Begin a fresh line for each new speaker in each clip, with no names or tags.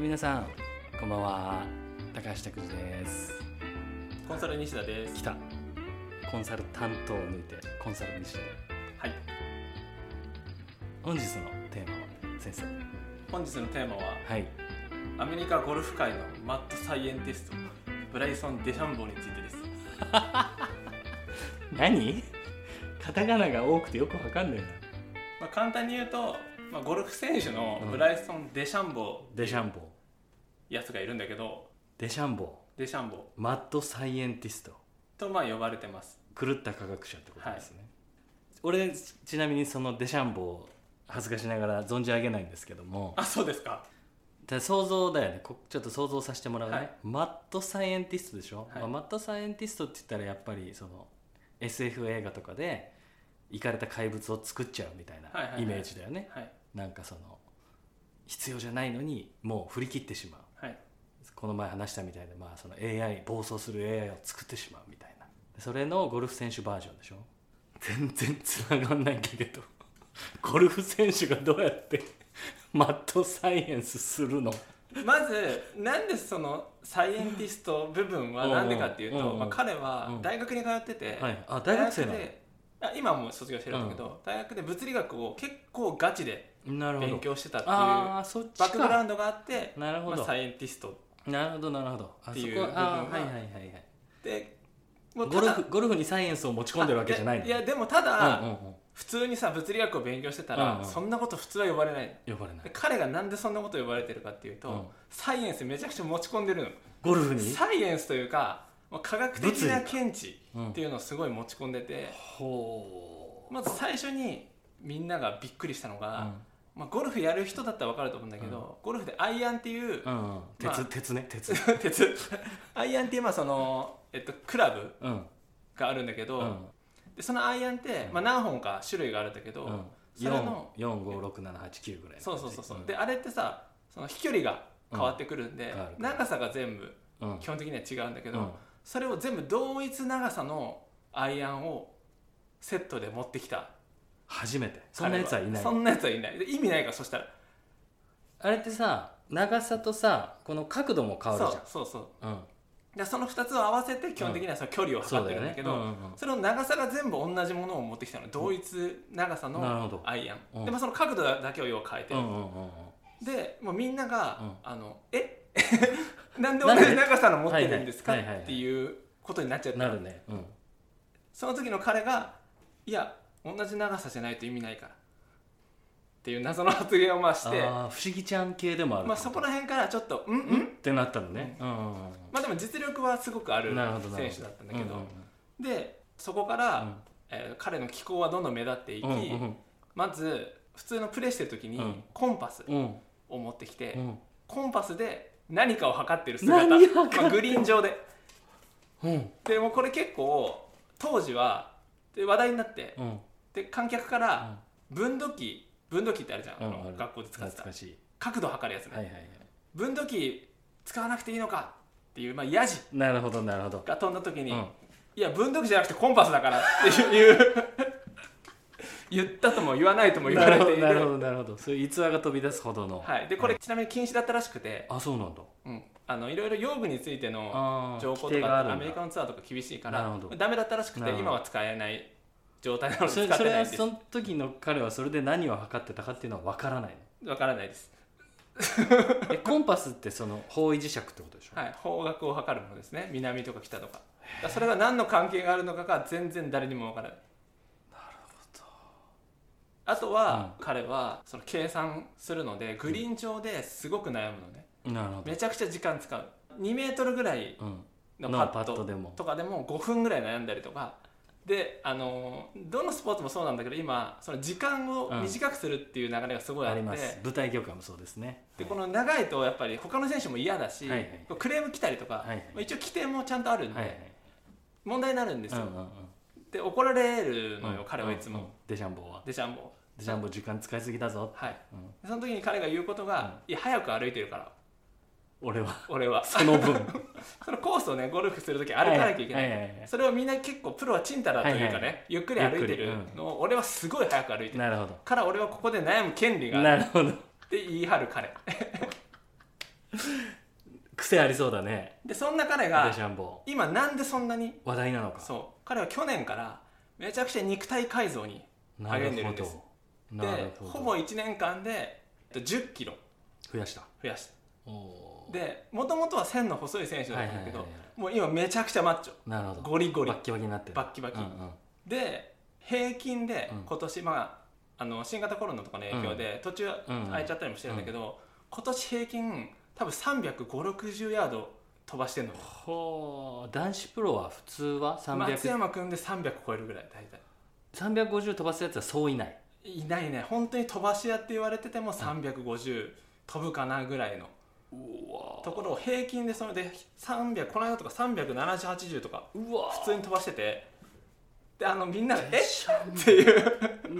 皆さんこんばんは高橋拓司です
コンサル西田です。
来たコンサル担当を抜いてコンサルにして
はい。
本日のテーマは先生
本日のテーマは
はい
アメリカゴルフ界のマッドサイエンティストブライソン・デシャンボーについてです。
何 カタカナが多くてよくわかんないな
まあ簡単に言うと、まあゴルフ選手の
うん
ブライソン・デシャンボ
デシャンボー
ーやつがいるんだけど、
デシャンボー
デシャンボー
マッドサイエンティスト
とまあ呼ばれてます。
狂った科学者ってことですね、俺ちちなみにそのデシャンボー恥ずかしながら存じ上げないんですけども
あ、そうですか。
ただ想像だよねこちょっと想像させてもらうね、
はい
マッドサイエンティストでしょ、
はい
まあマッドサイエンティストって言ったらやっぱりその SF 映画とかで行かれた怪物を作っちゃうみたい
はいはい
な
はい
イメージだよね、
はい。
なんかその必要じゃないのにもう振り切ってしまう
はい。
この前話したみたいで、まあ、その AI 暴走する AI を作ってしまうみたいなそれのゴルフ選手バージョンでしょ全然つながんないんだけどゴルフ選手がどうやってマットサイエンスするの
まずなんでそのサイエンティスト部分は
うんうん
なんでかっていう
うん
と、
うん
まあ、彼
う
は
ん
大学に通ってて、
はいあ大学生なの
であ今はもう卒業してるんだけど、大学で物理学を結構ガチで
なるほど
勉強してたっていう
あ
バ
あそっち
ックグラウ
か
ンドがあって、
なるほ
ま
ど、
あ、サイエンティスト
なるほどなるほどあ
っ
そ
て
こ
いう部分は
あーはいはいはいはい
でも
ゴル
た
フ
だ
ゴルフにサイエンスを持ち込んでるわけじゃないの
あいやいやでもただ、
うんうん
普通にさ物理学を勉強してたら、
うんうん
そんなこと普通は呼ばれない
うん、呼ばれな
で
い
彼がなんでそんなこと呼ばれてるかっていうと、
うん
サイエンスめちゃくちゃ持ち込んでるの
ゴルフに
サイエンスというかまあ科学的な見地
うん
っていうのをすごい持ち込んでて、
ほう
まず最初にみんながびっくりしたの
う
が、
ん
まあ、ゴルフやる人だったら分かると思うんだけど、ゴルフでアイアンっていう、
うんうん、鉄、
まあ
鉄ね鉄
鉄アイアンっていうまあその、えっと、クラブ
うん
があるんだけど、
うん
でそのアイアンって、まあ、何本か種類があるんだけど、
うん
それの
456789ぐらいの感じ
そうそうそうそう、
ん
であれってさその飛距離が変わってくるんで
うん変わ、る
長さが全部
うん
基本的には違うんだけど、
うん
それを全部同一長さのアイアンをセットで持ってきた
初めてそんなやつはいない
そんなやつはいないで意味ないからそしたら
あれってさ長さとさこの角度も変わる
そ
じ
うそうそう
ゃんうん
でその2つを合わせて基本的にはその距離を
そ
測
う
っ
だ
て
よ
るんだ
ね
け
うんう
ど
ん
それの長さが全部同じものを持ってきたの同一長さ
なるほ
の
ど
アイアン、
うん
で、まあ、その角度だけをよう変えて、
うんうんうんうん
でもうみんなが
うん
「あのえ なんで同じ長さの持ってるんですか?」
はいはいはいはい
っていうことになっちゃっ
な
た
るねうん
その時の彼が「いや同じ長さじゃないと意味ないから」っていう謎の発言をまあして
ああ不思議ちゃん系でもある
まあ、そこら辺からちょっと「うんう
うんっ
ん?
てなったのねうんうん」
まあでも実力はすごくあ
う
る
んなるほどなる
選
ほ
手だったんだ
う
け
う
ど
う
でそこから、
うん
えー彼の機構はどんどん目立っていき、
うんうん
まず普通のプレーしてる時に
うん
コンパス
うん
を持ってきて、
うん
コンパスで何かを測ってる姿
何を測ってる
まあグリーン上で
うん
でもうこれ結構当時はで話題になって
うん
で観客から分度器分度器ってあるじゃん、あ
うん
の
ある
学校で使って
懐か
た
し
角度測るやつ
い
ね、
はいはいはい
分度器使わなくていいのかっていう、まあ、ヤジ
なるほどなるほど
が飛んだ時に、
うん
いや分度器じゃなくてコンパスだからっていう 言ったとも言わないとも言わ
な
れ
るほ
て
ど
い
なるほ
る、
どなるほどそういう逸話が飛び出すほどの
はい、でこれちなみに禁止だったらしくて、
あそうなんだ
うん、あのいろいろ用具についての
あー
情報
規
と
定があ
か
るんだ
アメリカのツアーとか厳しいか
なる
ら
ほど
ダメだったらしく
なる
て
ほど
今は使えない状態なので
そ
使
れ
って
それ
ない
は
です
その時の彼はそれで何を測ってたかっていうのは分からない
わからないです、
のえコンパスってその方位磁石ってことでしょ、
はい、方角を測るものですね南とか北とかだからそれが何の関係があるのかが全然誰にもわからないあとは、彼はその計算するのでグリーン上ですごく悩むのね、
なるほど
めちゃくちゃ時間使う2メートルぐらい
うん
の
の
パ
パ
ッ
ッ
ト
トでも
とかでも5分ぐらい悩んだりとかであのーどのスポーツもそうなんだけど今その時間を短くするっていう流れがすごいあっ
あ
て、
ります舞台業界もそうですね
でこの長いとやっぱり他の選手も嫌だし、
はいはい
クレーム来たりとか、
はいはい
まあ一応規定もちゃんとあるんで、
はいはい
問題になるんです
う
よ、
んうん
で怒られる
う
の
ん
よ、彼はいつも、
うんうんデシャンボーは
デシャンボ
デシャンボー時間使いすぎだぞ、
はい
うん
その時に彼が言うことが、いや早く歩いてるから
俺 は
俺は
その分歩
そのコースをねゴルフする時歩かなきゃいけない、
はいはいはいはい
それをみんな結構プロはチンタラというかね、
はいはい
ゆっくり歩いて
ゆっく
る
りうん
のを、俺はすごい早く歩いてる
なるほど
から俺はここで悩む権利がある
なるほど
って言い張る彼
癖ありそうだね
でそんな彼
デ
が
シャンボ
今なんでそんなに
ー話題なのか
そう彼は去年からめちゃくちゃ肉体改造に
なる
励んでる
ほ
んです
ど
で
なるほど
ほぼ1年間で1 0キロ
増やした
増やし
お
た
ー
でもともとは線の細い選手だったんだけど、
はいはいはいは
もう今めちゃくちゃマッチョ
なるほど
ゴリゴリ
バッキバキになってる
バッキバキ
うんうん
で平均で
うん
今年、まああの新型コロナとかの影響で、途中
うん
空いちゃったりもしてるんだけど、今年平均多分35060ヤード飛ばしてるのよ
ほう男子プロは普通は
松
300
山君で300超えるぐらい大体
350飛ばすやつはそういない
いないね本当に飛ばし屋って言われてても350飛ぶかなぐらいの
うわ
ところを平均でそれで300この間とか37080とか
うわ
普通に飛ばしててであのみんなが「えっ?」
シ
てい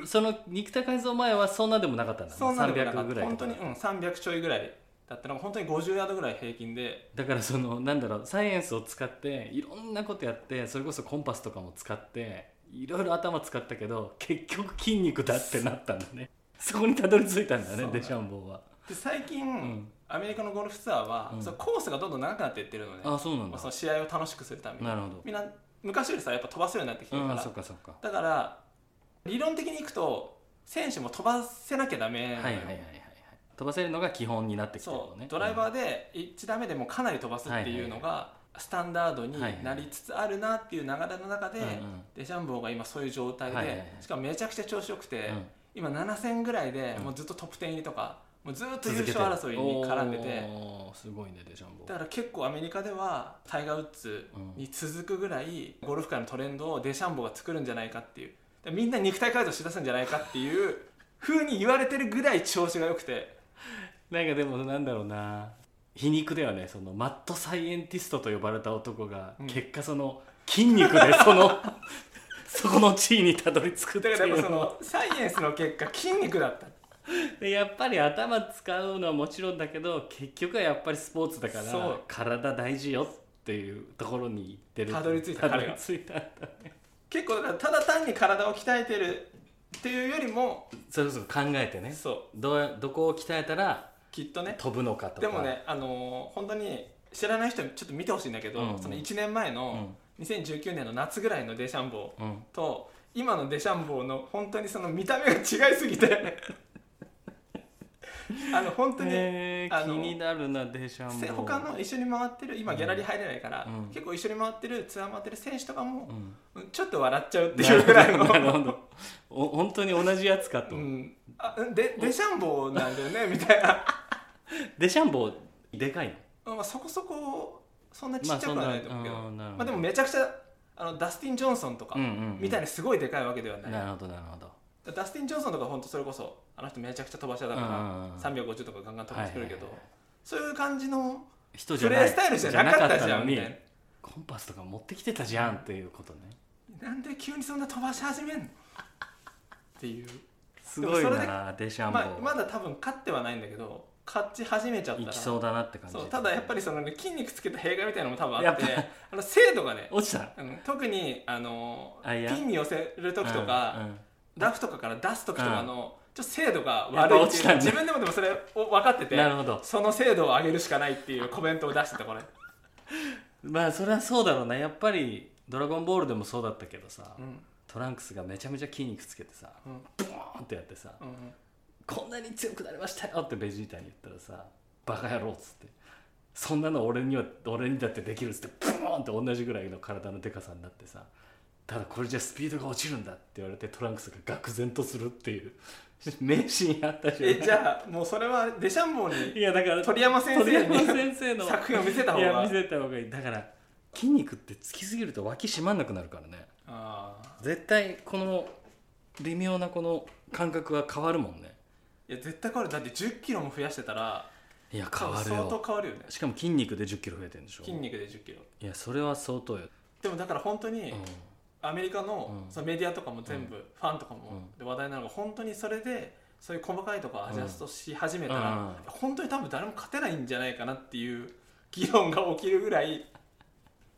う
その肉体改造前はそんなでもなかったんだ
そんなのがなか
300
っ
ぐ
た
らい
本
と
当
か
に、うん、300ちょいぐらいだったら本当に50ヤードぐらい平均で
だからそのなんだろうサイエンスを使っていろんなことやってそれこそコンパスとかも使っていろいろ頭使ったけど結局筋肉だってなったんだねそこにたどり着いたんだ
そう
ね
だ
デシャンボーは、
で最近、
ん
アメリカのゴルフツアーは、
うん
そのコースがどんどん長くなっていってるのね
あそうなんだ
まあその試合を楽しくするために
なるほど
みんな昔よりさやっぱ飛ばすようになってきてるか
うん
ら、
そっかそっか
だから理論的にいくと選手も飛ばせなきゃダメ
はい
なの
はい
よ
はいはいはい飛ばせるのが基本になってきてる
そ
の
う、
ね
ドライバ
ー
ーで1打目でもかなり飛ばすっていうのがスタンダードになりつつあるなっていう流れの中で、
うんうん
デシャンボーが今そういう状態で、
はいはいはい
しかもめちゃくちゃ調子よくて、
うん
今7000ぐらいで
うん
もうずっとトップ10入りとか、もうずっと優勝争いに絡んでて
おーすごいねデシャンボー
だから結構アメリカではタイガー・ウッズに続くぐらいゴルフ界のトレンドをデシャンボーが作るんじゃないかっていうでみんな肉体改造しだすんじゃないかって いう風に言われてるぐらい調子が良くて
なんかでもなんだろうな皮肉だよねそのマットサイエンティストと呼ばれた男が、
うん
結果その筋肉でその そこの地位にたどり着くって
だから
い
やっぱ
う
そ
の
のサイエンスの結果筋肉だった
でやっぱり頭使うのはもちろんだけど結局はやっぱりスポーツだから
そう
体大事よっていうところに行ってる
たどり着いた
ど
彼
り
が
着いたんだ
結構だからただ単に体を鍛えてるっていうよりも
それこそ考えてね
そう
どうどこを鍛えたら
きっとね
飛ぶのかとか
でもねあのー本当に知らない人にちょっと見てほしいんだけど、
うんうん
その1年前の2019年の夏ぐらいのデシャンボー
うん、うん、
と今のデシャンボーの本当にその見た目が違いすぎて あの本当に、
えー
あの
気になるなデシャンボ
せ
ー
他の一緒に回ってる今ギャラリー入れないから、
うん
結構一緒に回ってるツアー回ってる選手とかも
う、ん
ちょっと笑っちゃうっていうぐらいの
なるほどお本当に同じやつかと、
うん、あでデシャンボーなんだよねみたいな、
デシャンボーでかいの
まあ、そこそこそんなちっちゃくはないと思うけど,、
まあそんなうんなるほど
まあ、でもめちゃくちゃあのダスティン・ジョンソンとか、
うんうんうん
みたいにすごいでかいわけではない
なるほどなるほど
ダスティン・ジョンソンとか本当それこそあの人めちゃくちゃ飛ばし屋だ
うんうんうん
から350とかガンガン飛ばしてくるけど、
はいはいはい
そういう感じの
人じゃ
プ
ない
レースタイルじゃなかったじゃん
じ
み
ゃ
た
ないかったコンパスとか持ってきてたじゃんっていうことね
ななんで急にそんな飛ばし始めんのっていう
すごい
でも
なデシャンボ
まあ、
ー、
まだ多分勝ってはないんだけど勝ち始めちゃった
行
ら
きそうだなって感じ
そうただやっぱりその、ね、筋肉つけた弊害みたいなのも多分あ
やっ
って
ぱ
あの精度がね
落ちた
うん特にあの
あいや
ピンに寄せる時とか、
うんうん
ラフとかから出す時とかの、ちょっと精度が
やっ
悪
ぱ
い
落
ってい
ち
う
たんだ
自分でもでもそれを分かってて
なるほど
その精度を上げるしかないっていうコメントを出してたこれ、
まあそれはそうだろうなやっぱり「ドラゴンボール」でもそうだったけどさ、
うん
トランクスがめちゃめちゃ筋肉つけてさ
うん
ボーンってやってさ、
うん、
こんなに強くなりましたよってベジータに言ったらさバカ野郎っつってそんなの俺には俺にだってできるっつってブーンって同じぐらいの体のでかさになってさただこれじゃスピードが落ちるんだって言われてトランクスが愕然とするっていう名シーンあったじゃん
えじゃあもうそれはデシャンボー
い
に
やだから
鳥山先生
鳥山
に
先生の
作品を見せた方
いや見
が
せた方がいいだから筋肉ってつきすぎると脇締まんなくなるからね
ああ
絶対この微妙なこの感覚は変わるもんね
いや絶対変わるだって1 0キロも増やしてたら
いや変わる
相
よ
当変わるよね
しかも筋肉で1 0キロ増えてるんでしょ
筋肉で1 0キロ
いやそれは相当よ、
でもだから本当に
う
アメリカの,、
うん
そのメディアとかも全部、ファンとかも
うん
で話題なのが本当にそれでそういう細かいとこをアジャストし始めたら、
うんうん
本当に多分誰も勝てないんじゃないかなっていう議論が起きるぐらい
ん、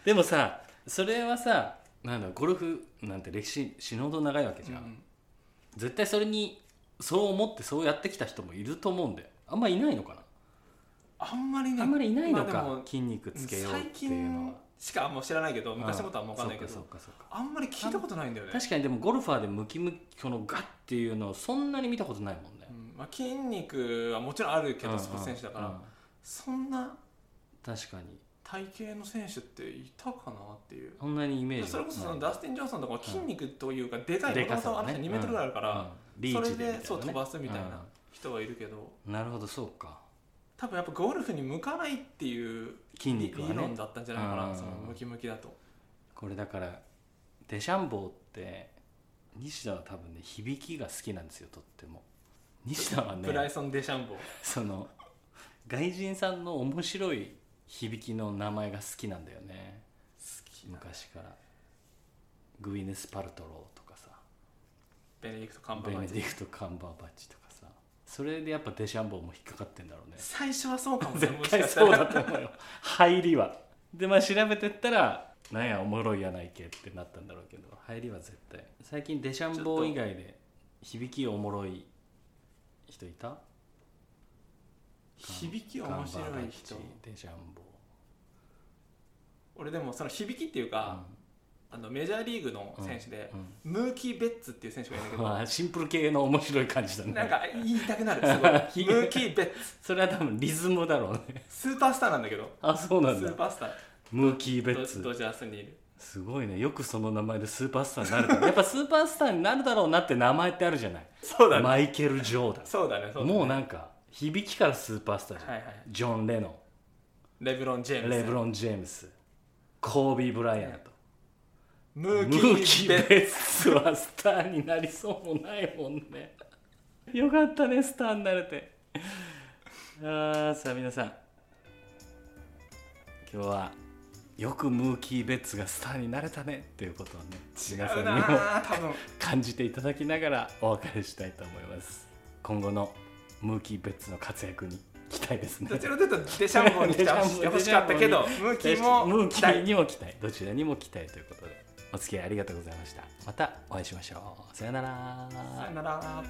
でもさそれはさなんだろうゴルフなんて歴史死ぬほど長いわけじゃん、
うん
絶対それにそう思ってそうやってきた人もいると思うんであんまいないのかな
あんまりね
あんまりいないのか、
まあでも
筋肉つけようっ
最
ていうのは
近しかあんま知らないけど昔のことはあんま分かんないけ
そ
ど
うかそうかそうか
あんまり聞いたことないんだよね
確かにでもゴルファーでムキムキこのガッっていうのをそんなに見たことないもんね
うんまあ、筋肉はもちろんあるけ
う
ど
ん
スポーツ選手だから、
うん
そんな
確かに
体型の選手っていたかなっていう
そんなにイメージ
それこそその
ダ
ダスティン・ジョンソンとかは筋肉というかでかい
で
もと
か
も
さ
と
は
あの
ね
人2メートルぐらいあるから、
リ
そ
ー
れ
チでみたいなね、
でそう飛ばすみたいな
うん
人はいるけど、
なるほどそうか
多分やっぱゴルフに向かないっていう
筋
理
肉はね
論だったんじゃないかな、
うん
そのムキムキだと
これだからデシャンボーって西田は多分ね響きが好きなんですよとっても西田は
ブライ
ね
ソン・デシャンボ
その外人さんの面白い響きの名前が好きなんだよね昔からグイネス・パルトローとかさ
ベネディクト・カンバ
ベ
ーバ
ネ
ッ
デ
チ
ィクト・カンバーバッチとかさそれでやっぱデシャンボーも引っかかってんだろうね
最初はそうかもねも
絶
しか
対
したら
そうだと思うよ入りはでまあ調べてったらなんやおもろいやないけってなったんだろうけど入りは絶対最近デシャンボー以外で響きおもろい人いた
響き面白
ガンバー
い
ガッチ
人
デシャンボ
俺でもその響きっていう
ー
か、あのメジャーリーグの
うん
選手で、
うん
ムーキー・ベッツっていう選手がいるんだけど、
まあシンプル系の面白い感じだね
なんか言いたくなる すごいムーキー・ベッツ
それは多分リズムだろうね
スーパースターなんだけど
あそう
ス
なんだ
ーパースター
ムーキー・ベッ
ド
ツ
ドジャースにいる
すごいねよくその名前でスーパースターになるからやっぱスーパースターになるだろうなって名前ってあるじゃない
そうだね
マイケル・ジョーダン
そうだねそうだね
もうなんか響きからスーパースターじゃん、
はいはい
ジョン・レノ
レブロン・ジェー
ン
ムス
レブロン・ジェームスコービー・ブライアント、
ム
ム
ーキ
ーキ
ー・
ー・
ベ
ベ
ッツ
ッツはスターになりそうもないもんねよかったねスターになれてあーさあ皆さん今日はよくムーキー・ベッツがスターになれたねっていうことをね皆さん
違
に
うな
も
ー多分
感じていただきながらお別れしたいと思います今後のムーキー・ベッツの活躍に期待ですね
どちらかというとデシャンボーに来てほし
デシャンボー
欲しかったけどムーキーも
ムーキ
期待
ーにも期待どちらにも期待ということでお付き合いありがとうございましたまたお会いしましょうさよなら
さよなら